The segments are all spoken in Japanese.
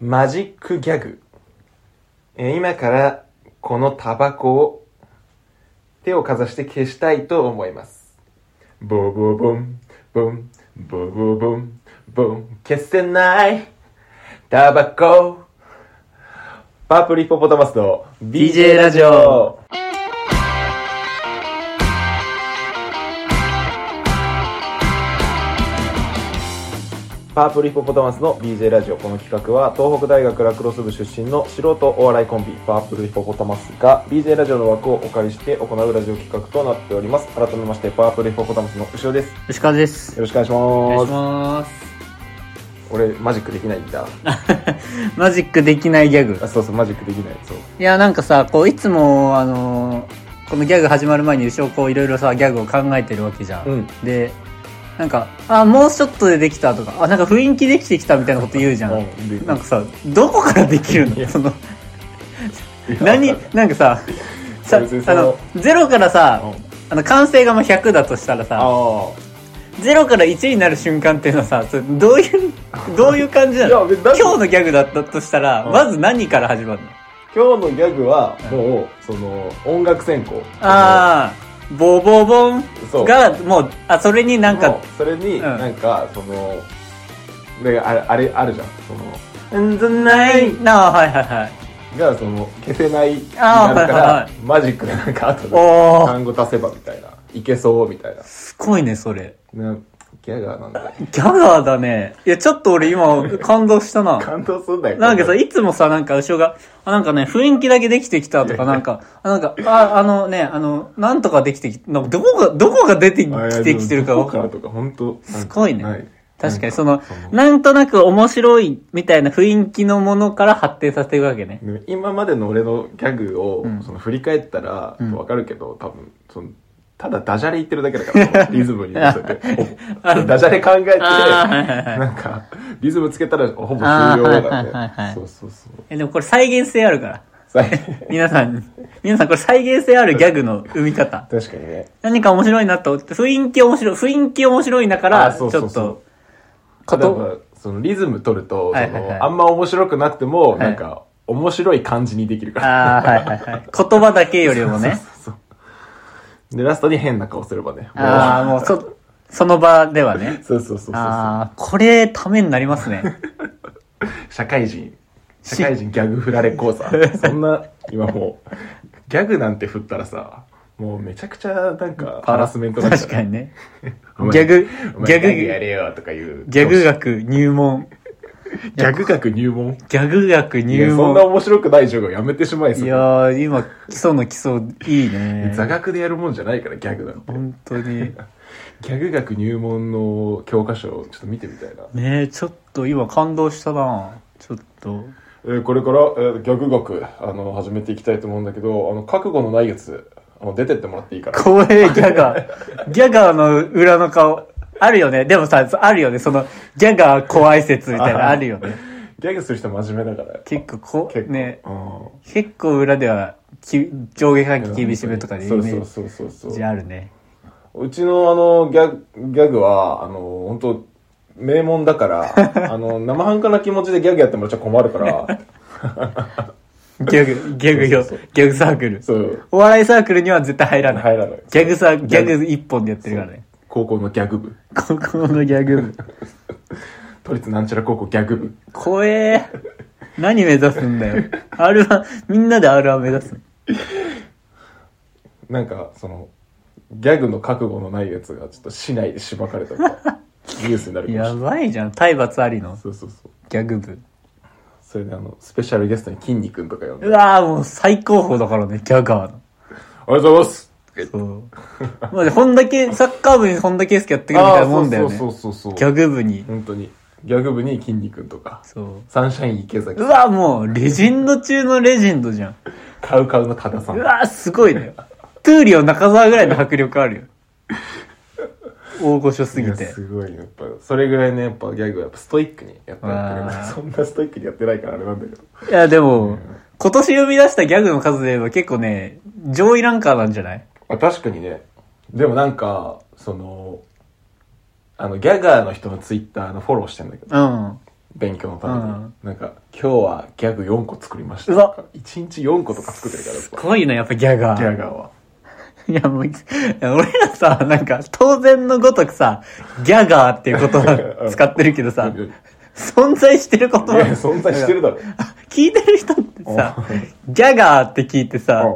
マジックギャグ。えー今からこのタバコを手をかざして消したいと思います。ボボボン、ボン、ボボボン、ボン。消せないタバコ。パープルヒッポポタマスの DJ ラジオ。パープルヒポポタマスの BJ ラジオこの企画は東北大学ラクロス部出身の素人お笑いコンビパープルヒポポタマスが BJ ラジオの枠をお借りして行うラジオ企画となっております改めましてパープルヒポポタマスの後ろですよ石川です。ろしくお願いしお願まいすします。俺マジックできないん だマジックできないギャグあ。そうそうマジックできないそういや、なんかさ、こう、いつも、あのーこのギャグ始まる前に後ろこう、いろいろさ、ギャグを考えてるわけじゃん。うんで、なんか、あ、もうちょっとでできたとか、あ、なんか雰囲気できてきたみたいなこと言うじゃん。うんなんかさ、どこからできるいやのその、いや何わかんない、なんかさ、さ、別にあそのの、0からうさん、あの、完成がまあ100だとしたらさ、あ0から1になる瞬間っていうのはさそれどういうどういう感じなのいや別にだって今日のギャグだったとしたら、うんまず何から始まるのあ今日のギャグはもうその音楽専攻ああボボボンそうがもうあそれになんもかうそれにうんなんかそのであれあれあるじゃんその「うんずない」なあはいはいはいがその消せないにあなーるかはいはいらはいマジックでなんか後でおー単語足せばみたいないけそうみたいすごいねそれななギャガーなんだよギャガーだねいやちょっと俺今感動したな 感動するんだよなんかさ、これいつもさ、なんか後ろが、あ、なんかね、雰囲気だけできてきたとか、なんか、あ、なんか、あ、あのね、あの、なんとかできてき、なんかどこが、どこが出てきあいやてきてるかでもどわこかかららんとか本当すごいねな確かに、そそのの、なんとなく面白いみたいな雰囲気のものから発展させていくわけね。でも今までの俺のギャグを、んその振り返ったらうんわかるけど、多分そのただダジャレ言ってるだけだからリズムに乗せ ておダジャレ考えてあーはいはいはなんかリズムつけたらほぼ終了だあーはいはいはいはねいそうそうそう え、でもこれ再現性あるから。さい皆さん、 皆さんこれ再現性あるギャグの生み方。確かにね何か面白いなと思って、雰囲気面白い、雰囲気面白いんだかあら、ちそょうっと、そうそうこ例えと、ばそのリズム取ると、はいはいはいそのあんま面白くなくても、いなんか面白い感じにできるからああ、はいはい はい。言葉だけよりもそね。うそうでラストに変な顔すればねああ、ももうそ、その場ではねう。そうそうそうそうああ、これ、ためになりますね。社会人社会人ギャグ振られ講 座そんな今もうギャグなんて振ったらさもうめちゃくちゃなんかハラスメントだ確かにね ね。ギャグギャグやれよとかいうギャグ学入門。ギャグ学入門ギャグ学いや入そんな門。面白くない授業やめてしまえいそれやー、今、基礎の基礎、いいね。座学でやるもんじゃないからギャグなんて本当に。ギャグ学入門の教科書をちょっと見てみたいなねえ、ちょっと今感動したなちょっと。えーこれから、えー、ギャグ学あの始めていきたいと思うんだけどあの覚悟のないやつあの出てってもらっていいから怖え、ギャ ガー。ギャガーの裏の顔。あるよね。でもさ、あるよね。その、ギャガー怖い説みたいなのあるよね。ギャグする人真面目だから結構こ、結構ね、うん結構裏ではき上下関係厳しめとかでイメそうそーうそうそうそうジあるねうちのあのギャグギャグはあの本当名門だから あの生半可な気持ちでギャグやってもらっちゃ困るからギャグギャグよそうそうギャグサークルそうお笑いサークルには絶対入らない入らないギャグサーギギャグャグ一本でやってるからね高校のギャグ部高校のギャグ部都立なんちゃら高校ギャグ部怖え何目指すんだよ R1 みんなで R1 目指すのなんかそのギャグの覚悟のないやつがちょっと市内でしばかれたと かニュースになるかもしれなやいばいじゃん体罰ありのそうそうそうギャグ部それであのスペシャルゲストに筋肉くんとか呼んでうわーもう最高峰だからねギャガーのおはようございますそうまあ本田圭サッカー部に本田圭佑やってくるみたいなもんだよねそうそうそうそうギャグ部に本当にギャグ部に筋肉くんとかそうサンシャイン池崎うわ、もう、レジェンド中のレジェンドじゃん。カウカウの多田さんうわ、すごいね。トゥーリオ中澤ぐらいの迫力あるよ。大御所すぎいてや。すごいねやっぱそれぐらいのやっぱギャグはやっぱストイックにやってやってるあーそんなストイックにやってないからあれなんだけどいや、でも、今年生み出したギャグの数で言えば結構ね、上位ランカーなんじゃないあ確かにねでもなんかそのあのギャガーの人のツイッターのフォローしてんだけどうん。勉強のために、うんなんか今日はギャグ4個作りましたうわ1日4個とか作ってるからやっすごいな、やっぱギャガぱギー。ャガーはいや、もう、いや俺らさ、なんか、当然のごとくさ、ギャガーっていう言葉使ってるけどさ、存在してる言いや葉。存在してるだろ聞いてる人ってさ、ギャガーって聞いてさ、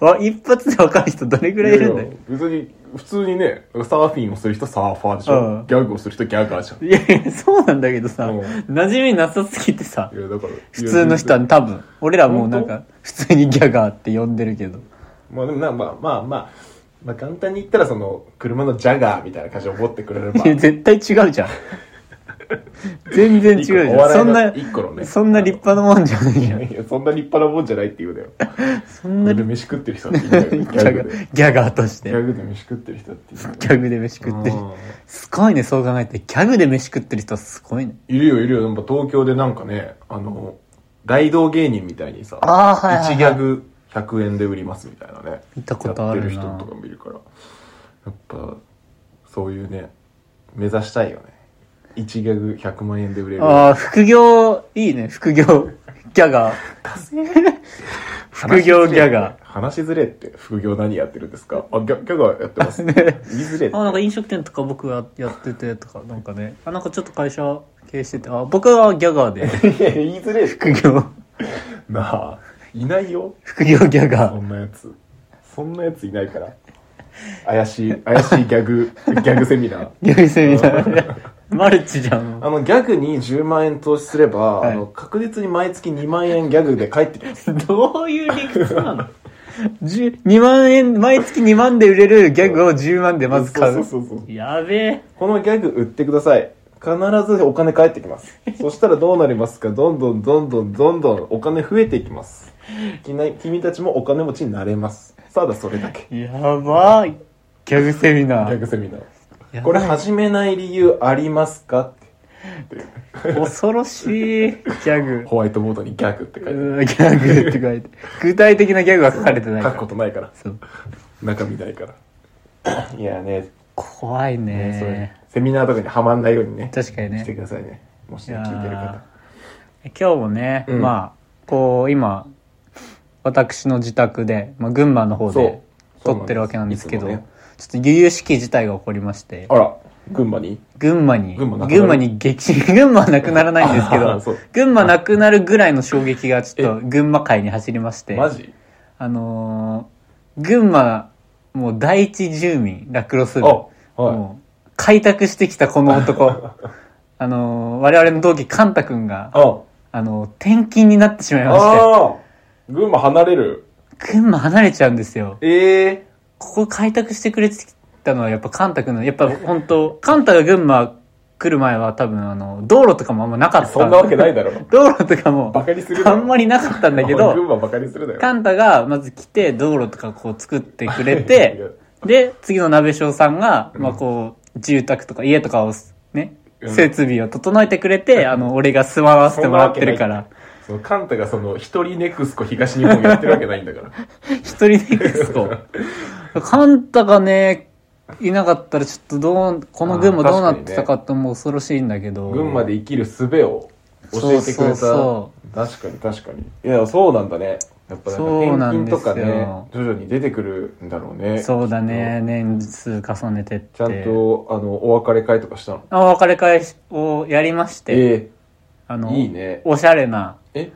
わ一発で分かる人どれぐいらやいいいやるんだよ。別に普通にねサーフィンをする人サーファーでしょ、うんギャグをする人ギャガーじゃんいやいや、そうなんだけどさ、うん馴染みなさすぎてさ、いやだから普通の人は多 分、俺らもうなん本か、普通にギャガーって呼んでるけど。まあでもなまあまあまあまあ簡単に言ったらその車のジャガーみたいな感じを持ってくれればいや絶対違 うじゃん。全然違うじ一個おゃん。笑そいんのな、一個のねそんな立派なもんじゃないじゃん。いやそんな立派なもんじゃないって言うだよそそんなれギで飯食ってる人だって言うんだよギャャガグでー、ギャガーとしギて。ャグで飯食ってる人だって言うんだギャグで飯食ってるうん。すごいね、そう考えて。ギャグで飯食ってる人はすごいね。いるよいるよなんか東京でなんかねあの大道芸人みたいにさあーはいはいはい1ギャグ100円で売りますみたいなね見たことあるやなってる人とかもいるからやっぱそういうね目指したいよね1ギャグ100万円で売れるああ、副業、いいね、副業、ギャガー。副業ギャガー。話しづれって副業何やってるんですかあギャギャガーやって ます言いづれってあなんか飲食店とか僕はやっててとかなんかねあなんかちょっと会社経営しててあ僕はギャガーでいや言いづれって副業なあいないよ副業ギャガそーんなやつそんなやついないから怪しい怪しいギャグギャグセミナーギャグセミナー マルチじゃんあのギャグに10万円投資すれば、はいあの確実に毎月2万円ギャグで返ってき ますどういう理屈なの10 2万円毎月2万で売れるギャグを10万でまず買うそうそうそうそうやべえこのギャグ売ってください必ずお金返ってきます そしたらどうなりますかどんどんどんどんどんどんお金増えていきますきな君たちもお金持ちになれますただそれだけギやばいギャグセミナャーグセミナーやばいこれ始めない理由ありますかって恐ろしいギャグホワイトボードにギャグって書いてうーんギャグって書いて具体的なギャグは書かれてないか書くらことないからそう中身ないから いやね怖いねそういうねセミナーとかにはまんないようにね確かにねしてくださいねもしいねや聞いてる方ー今日もね、うんまあこう今私の自宅で、まあ、群馬の方でそう撮ってるわけなんですけどそうなんでちょっと悠々しき事態が起こりましてあら群馬に群馬に群馬なくなる群馬に激 群馬はなくならないんですけあーそどう群馬なくなるぐらいの衝撃がちょっと群馬界に走りましてマジあのー群馬もう第一住民ラクロス部、あはいもう開拓してきたこの 男あのー我々の同期カンタ君がああの、転勤になってしまいましああ群馬離れるて、群馬離れちゃうんですよ。ええここ開拓してくれてたのはやっぱカンタ君の、やっぱ本当カンタが群馬来る前は多分あの、道路とかもあんまなかった。そんなわけないだろ道路とかもバカにするなあんまりなかったん だけ群ど、馬バカにするだよカンタがまず来て道路とかこう作ってくれ て、で、次の鍋匠さんが、まあこう、住宅とか家とかをうね、ん設備を整えてくれて、あの、俺が座らせてもらってるから。そのカンタがその一人ネクスコ東日本やってるわけないんだから一人で行くっすと。カンタがね、いなかったらちょっとどう、この群馬どうなってたかって もう恐ろしいんだけど。群馬で生きる術を教えてくれたそうそ確かに確かにいやそうなんだねやっぱなんかそうな転勤んでとすよかね徐々に出てくるんだろうねそうだね、年数重ねてって。ちゃん。とあのお別れ会とかしたのあ、お別れ会をやりまして、えあえの、いいねおしゃれな、え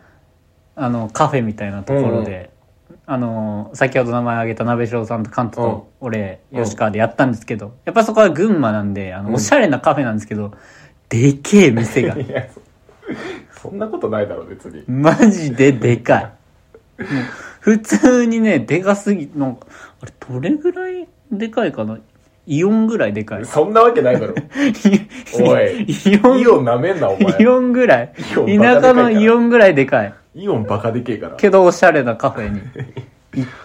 あの、カフェみたいなところで、あの、先ほど名前挙げた鍋城さんとカンタと俺、うん吉川でやったんですけど、やっぱそこは群馬なんで、あうんの、おしゃれなカフェなんですけど、でけえ店が。 いやそそんなことないだろう別にマジででかい。もう普通にね、でかすぎ、なんか、あれ、どれぐらいでかいかなイオンぐらいでかい。そんなわけないだろおい イオン、イオンなめんなお前イオンぐらい。イオンバカでかいから田舎のイオンぐらいでかい。イオンバカでけえからけど、おしゃれなカフェに。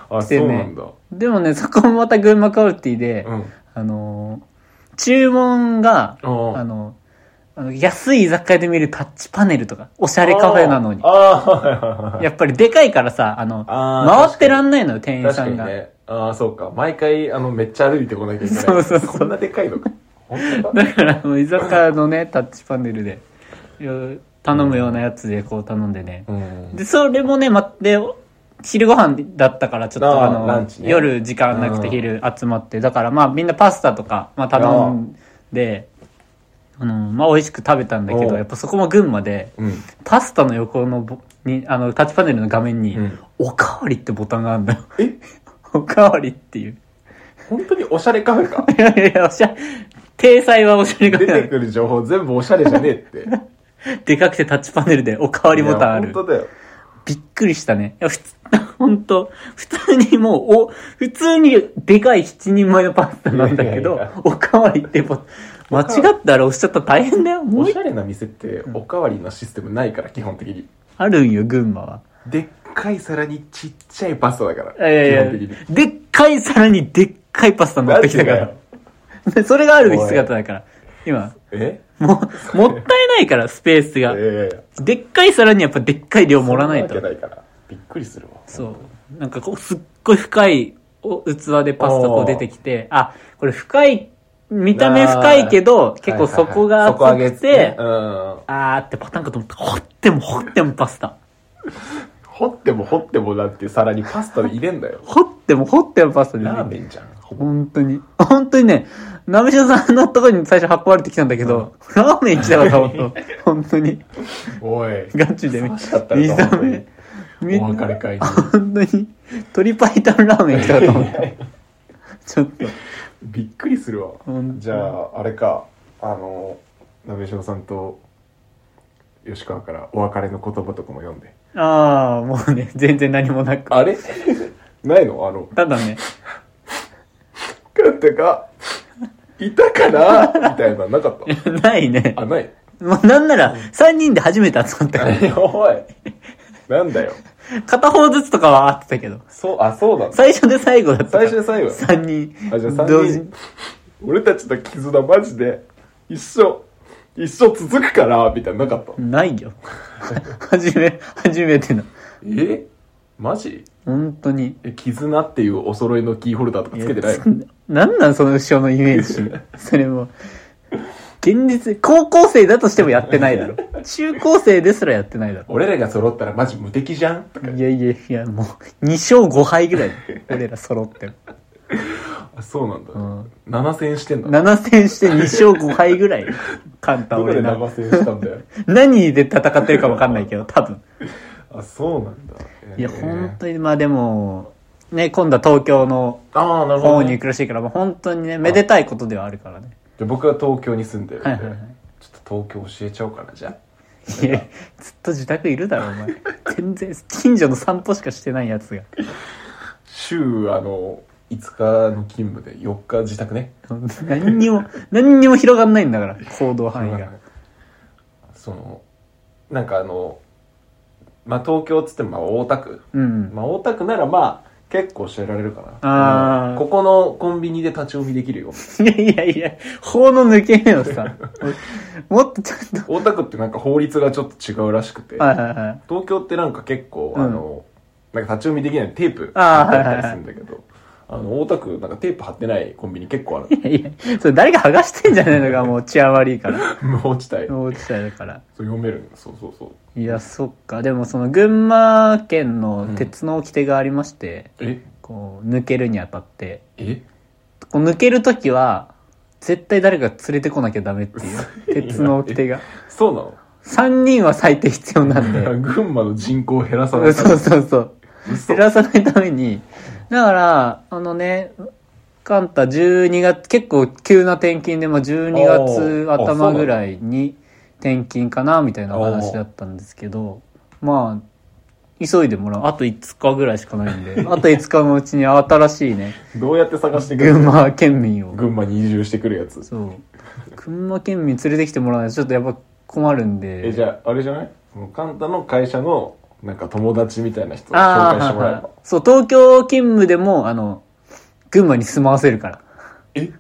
あ来てねそうなんだでもね、そこもまた群馬カルティで、うんあのー注文が、あーあの、あの安い居酒屋で見るタッチパネルとか、おしゃれカフェなのに。あーあーはいはいはいやっぱりでかいからさ、あの、あー回ってらんないのよ、店員確さかんにが。ねああそうか毎回あのめっちゃ歩いてこなきゃいけないそうそうそう こんなでかいのか本当だだから、あの居酒屋のね、タッチパネルで、いう頼むようなやつでこう頼んでね。うんで、それもね、ま、で、昼ご飯だったから、ちょっとああーの、ランチね夜時間なくてうん昼集まって、だからまあみんなパスタとか、まあ頼んで、あの、まあ美味しく食べたんだけおど、うやっぱそこも群馬で、うんパスタの横のボ、に、あの、タッチパネルの画面に、うんおかわりってボタンがあるんだよ。 えおかわりっていう。本当におしゃれカフェかいやいや、おしゃ、体裁はおしゃれか出てでくる情報全部おしゃれじゃねえっ て。でかくてタッチパネルでおかわりボタンあいやる。本当だよ。びっくりしたね。いや、普通、本当普通にもう、お、普通にでかい7人前のパスタなんだけど、いやいやいやおかわりってボ間違ったら押しちゃったら大 変だよ。もおうしゃれな店っておかわりのシステムないから、基本的に。あるんよ、群馬は。でっかい皿にちっちゃいパスタだかいやいら、基や本的いにや。、でっかい皿にでっかいパスタ乗ってきたかマジら。でそれがあるべき姿だから。今、えもう、もったいないから、スペースが。えでっかい皿にやっぱでっかい量え。盛らないそん。とわけないから。びっくりするわ。そう。なんかこう、すっごい深いお器でパスタこう出てきて、あ、これ深い、見た目深いけど、結構底はがいはいはい底上厚くて、げっつってねあーってパターンかと思った。掘っても掘ってもパスタ。。うん。掘っても掘ってもだって皿にパスタで入れんだよ掘っても掘ってもパスタで、ラーね。メンじゃん。本当に。本当にね、ナメショさんのとこに最初運ばれてきたんだけど、ラーメン行きたかったも ん。本当に。おい。ガチで。忙しかった見よなた本当目に。見お別れ会に本当に。鶏白湯ラーメン行きたかったもん。 ちょっと。びっくりするわ本当じゃああれかあの鍋島さんと吉川からお別れの言葉とかも読んでああ、もうね、全然何もなく。あれ ないのあのただね、 「カンタがいたから」みたいなのなかっないねた。あないもうなんなら、3人で初めて集まったから、おいなんだよ片方ずつとかは会ってたけど、そうあそうなんだ最初で最後だったか最ら。初で最後3人。あじゃあ同3時人俺たちの絆マジで一生一生続くからみたいなのなかった、な いよ。初め、初めての。えマジ本当に。え絆っていうお揃いのキーホルダーとかつけてないのなんなんその後ろのイメージ。それも。現実、高校生だとしてもやってないだろ。中高生ですらやってないだろ。俺らが揃ったらマジ無敵じゃんとかいやいやいや、もう、2勝5敗ぐらい。俺ら揃っても。あそうなんだ、ん7000円してんだ7戦して2勝5敗ぐらい。簡単どこで俺な。 7000円したんだよ何で戦ってるか分かんないけど、多分。 あそうなんだいや、えー本当に、まあでも、ね、今度は東京のああなるほ方ど、にね、行くらしいから、まあ本当にね、めでたいことではあるからね。じゃあ僕は東京に住んでるんで、はいはいはいちょっと東京教えちゃおうかなじゃいや、ずっと自宅いるだろ、お前。全然、近所の散歩しかしてないやつが。あ週あの5日の勤務で4日自宅ね何にも、何にも広がんないんだから、行動範囲が。そのなんかあのまあ東京っつってもまあ大田区うん。まあ、大田区ならまあ、結構教えられるかあーな。ここのコンビニで立ち読みできるよ。いやいやいや、法の抜け目をさ、 もっとちゃん大田区ってなんか法律がちょっと違うらしくて、と、はいはいはい。東京ってなんか結構、うんあの、なんか立ち読みできないテープ貼あーってあったりするんだけど、あの、大田区なんかテープ貼ってないコンビニ結構あ る。いやいや、それ誰が剥がしてんじゃないのか、もう治安悪いから。無法地帯。そう落ちただから。読めるんだそうそうそう。いや、そっか。でもその群馬県の鉄の掟がありまして、えこう、抜けるにあたって、えこう抜けるときは、絶対誰か連れてこなきゃダメって いう、鉄の掟が。そうなの3人は最低必要なんで。 群馬の人口を減らさなそういから。そうそう。嘘減らさないために。だから、あのね、カンタ12月、結構急な転勤で、まあ、12月あーあ頭ぐらいに転勤かな、みたいなお話だったんですけど、まあ、急いでもらう。あと5日ぐらいしかないんで、あと5日のうちに新しい ね、どうやって探してくる群馬県民を。群馬に移住してくるやつ。そう。群馬県民連れてきてもらわないと、ちょっとやっぱ困るんで。えじゃああれじゃないそのカンタの会社のなんか友達みたいな人をあ紹ー介してもらえはいばはいそう、東京勤務でも、あの、群馬に住まわせるから。え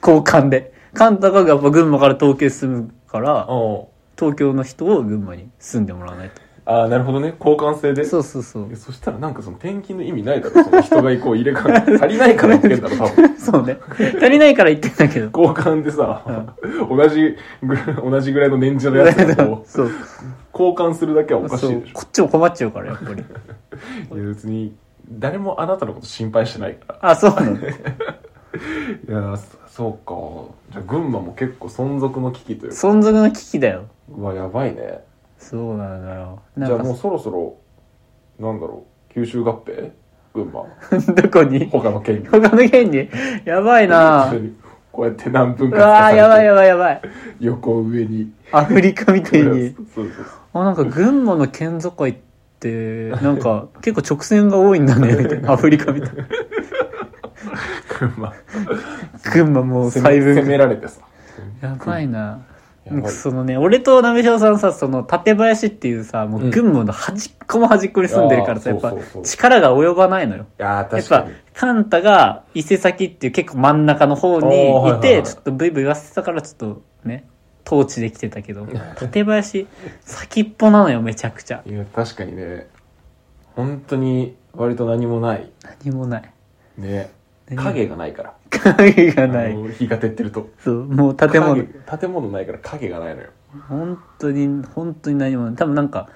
交換で。関東がやっぱ群馬から東京に住むから、お東京の人を群馬に住んでもらわないと。ああなるほどね交換制でそうそうそうえ そしたらなんかその転勤の意味ないだろその人がこう入れ替わ る足りないから言ってんだろ多分そうね足りないから言ってんだけど交換でさ、同じぐらい同じぐらいの年次のやつがこ そうう 交換するだけはおかしそいうでしこっちも困っちゃうからやっぱりょいや別に誰もあなたのこと心配してないからあそうなのいやーそそうかじゃあ群馬も結構存続の危機というか存続の危機だようわやばいねそうなんだろうじなゃあんかもうそろそろなんだろう九州合併群 馬どこに他の県に他の県にやば いな一緒にこうやって何分う割かわさーれてやばいやばいやばい横上にアフリカみたいにそうそうあなんか群馬の県境ってな んか結構直線が多いんだねみたいなアフリカみたいそなう群馬群馬もう攻め攻細め分られてさやばいなやばいそのね俺と鍋塩さんさその館林っていうさもう群馬の端っこも端っこに住んでるからさあーやっぱそうそうそう力が及ばないのよいやーやっ確かぱにカンタが伊勢崎っていう結構真ん中の方にいて、おーはいはいはいちょっとブイブイ言わせてたからちょっとね統治できてたけど館林先っぽなのよめちゃくちゃいや確かにね本当に割と何もない何もないね何も影がないから影が なあいの日が照ってるとそうもう建物影建物ないから影がないのよ本当に本当に何もない多分なんか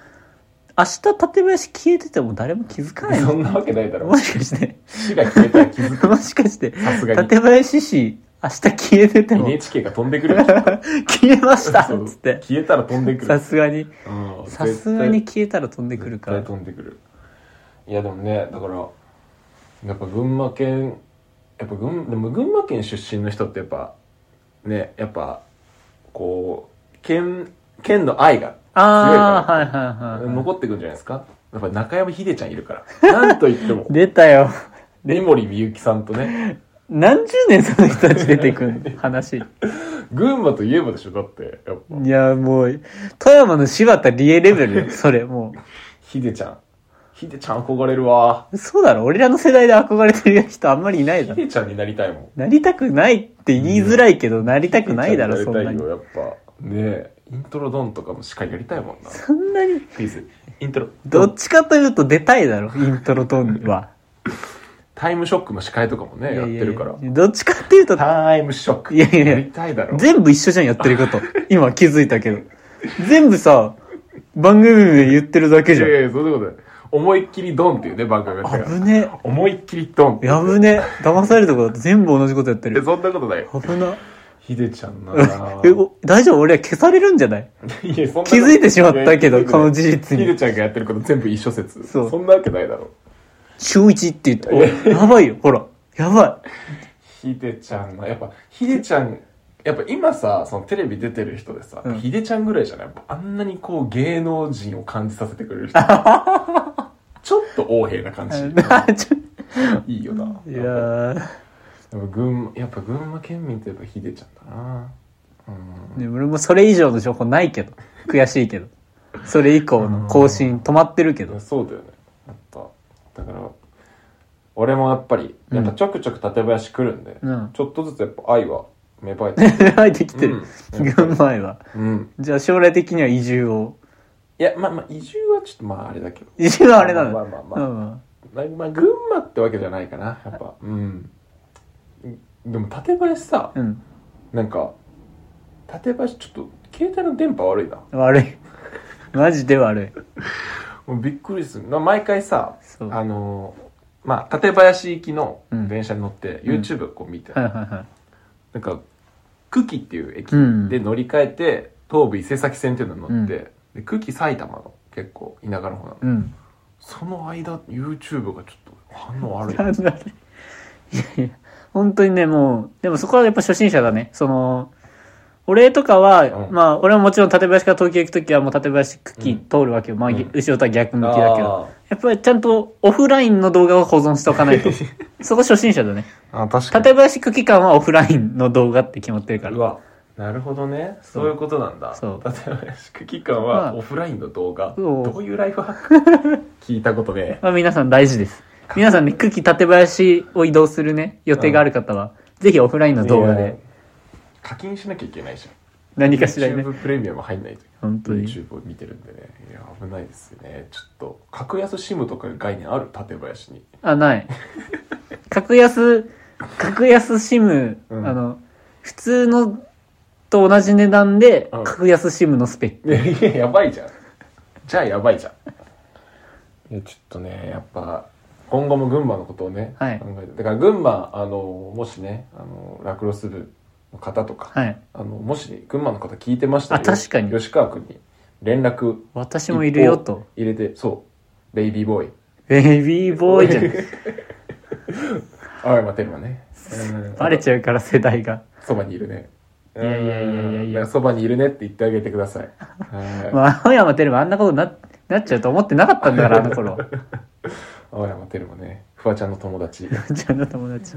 明日館林消えてても誰も気づかないそのんなわけないだろもしかして 死が消えたら気づく もしかしてさすがに館林市明日消えてても NHK が飛んでく るよきっと消えましたそうっつって消えたら飛んでくるさすがにうんさすがに絶消えたら飛んで対くるから絶対飛んでくるいやでもねだからやっぱ群馬県やっぱ群でも群馬県出身の人ってやっぱねやっぱこう県県の愛がああ、強はいいかはいはいはい。残ってくんじゃないですかやっぱ中山秀ちゃんいるからなんといって も出たよ。根森みゆきさんとね何十年その人たち出てくん 話。い群馬といえばでしょだってやっぱや、もう、富山の柴田理恵レベルよ、それ、も秀ちゃん秀ちゃん憧れるわう。そうだろ、俺らの世代で憧れてる人あんまりいないだろ。秀ちゃんになりたいもんなりたくないって言いづらいけど、なりたくないだろ、そんやなりたにい。よやっぱねえイントロドンとかもしっかりやりたいもんなそんなに、クイズイントロどっちかというと出たいだろ、イントロトーンは。タイムショックの司会とかもねやってるからいやいやいやどっちかっていうと、タイムショックいやいやいややりたいだろ全部一緒じゃん、やってること。今気づいたけど。全部さ、番組名言ってるだけいじゃやんい。やそういうことだよ思いっきりドンっていうね番組が違危うね思いっきりドンってやぶね騙されるとこだって全部同じことやってえるそんなことないよ危なひでちゃんなあえお大丈夫俺は消されるんじゃない いやそんなこと気づいてしまったけどいやいやこの事実にひでちゃんがやってること全部一緒説そそうそんなわけないだろ週一って言っておやばいよほらやばひでちゃんなやっぱひでちゃんやっぱ今さそのテレビ出てる人でさ、うんひでちゃんぐらいじゃないやっぱあんなにこう芸能人を感じさせてく れる人ちょっと横柄な感い ちょじいいよ ないやーやっぱ群馬やっぱ群馬県民といえばひでちゃんだなうんね俺もそれ以上の情報ないけど悔しいけどそれ以降の更新止まってるけいど やそうだよねやっぱだから俺もやっぱりやっぱちょくちょく館林来るんで、うんちょっとずつやっぱ愛は芽生えてる入ってきてるうん群馬へはうんじゃあ将来的には移住をいやまあまあ移住はちょっとまああれだけど移住はあれなのまあまあまあまあうんまあまあ群馬ってわけじゃないかなやっぱうんでも館林さうんなんか館林ちょっと携帯の電波悪いな悪いマジで悪いもうびっくりするな毎回さそうあのーまあ館林行きのうん電車に乗って、うん YouTube こう見て、はいはいはいなんか久喜っていう駅うんで乗り換えて、東武伊勢崎線っていうのに乗って、うんで久喜埼玉の結構田舎の方なの、うんその間 YouTube がちょっと反応 悪いなんだろういやいや、 本当にね、もう、でもそこはやっぱ初心者だね。その、俺とかは、うんまあ、俺ももちろん館林から東京行くときはもう館林茎うん通るわけよ。まあ、うん後ろとは逆向きだけど。 あやっぱりちゃんとオフラインの動画を保存しておか ないと。そこ初心者だね。ーあ確かに館林茎館はオフラインの動画って決まってるかうら。わなるほどねそういうことなんだそう館林久喜館まあはオフラインの動画、そうどういうライフハッ ク聞いたことねえまあ、皆さん大事です。皆さんね、茎館林を移動するね、予定がある方は、ぜひオフラインの動画いやで。課金しなきゃいけないじゃん何かしらにね YouTube プレミアム入んないと本当に YouTube を見てるんでねいや危ないですよねちょっと格安 SIM とかいう概念ある館林に あない格安格安シム、うんあの普通のと同じ値段でうん格安シムのスペック、いやいややばいじゃんじゃあやばいじゃんいやちょっとねやっぱ今後も群馬のことをね、はい考えてだから群馬あのもしねあのラクロス部の方とか、はいあのもし群馬の方聞いてましたらあ確かに吉川君に連絡私もいるよと入れてそうベイビーボーイベイビーボーイじゃん青山テルマね バレちゃうから世代がそばにいるねいやいやいやいやいやそばにいるねって言ってあげてくださいはい まあ青山テルマあんなことにななっちゃうと思ってなかったんだからあ の頃青山テルマねフワちゃんの友達じゃあの友達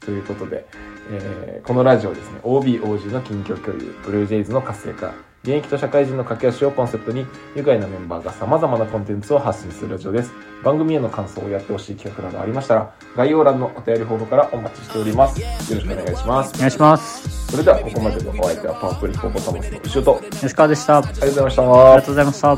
ということで、えーこのラジオですね OBOG の近況共有ブルージェイズの活性化現役と社会人の駆け足をコンセプトに愉快なメンバーが様々なコンテンツを発信するラジオです番組への感想をやってほしい企画などありましたら概要欄のお便りフォームからお待ちしておりますよろしくお願いしますお願いしますそれではここまでのお相手はパンプリコボタモスのシュートあり吉川でしたありがとうございましたがとうございました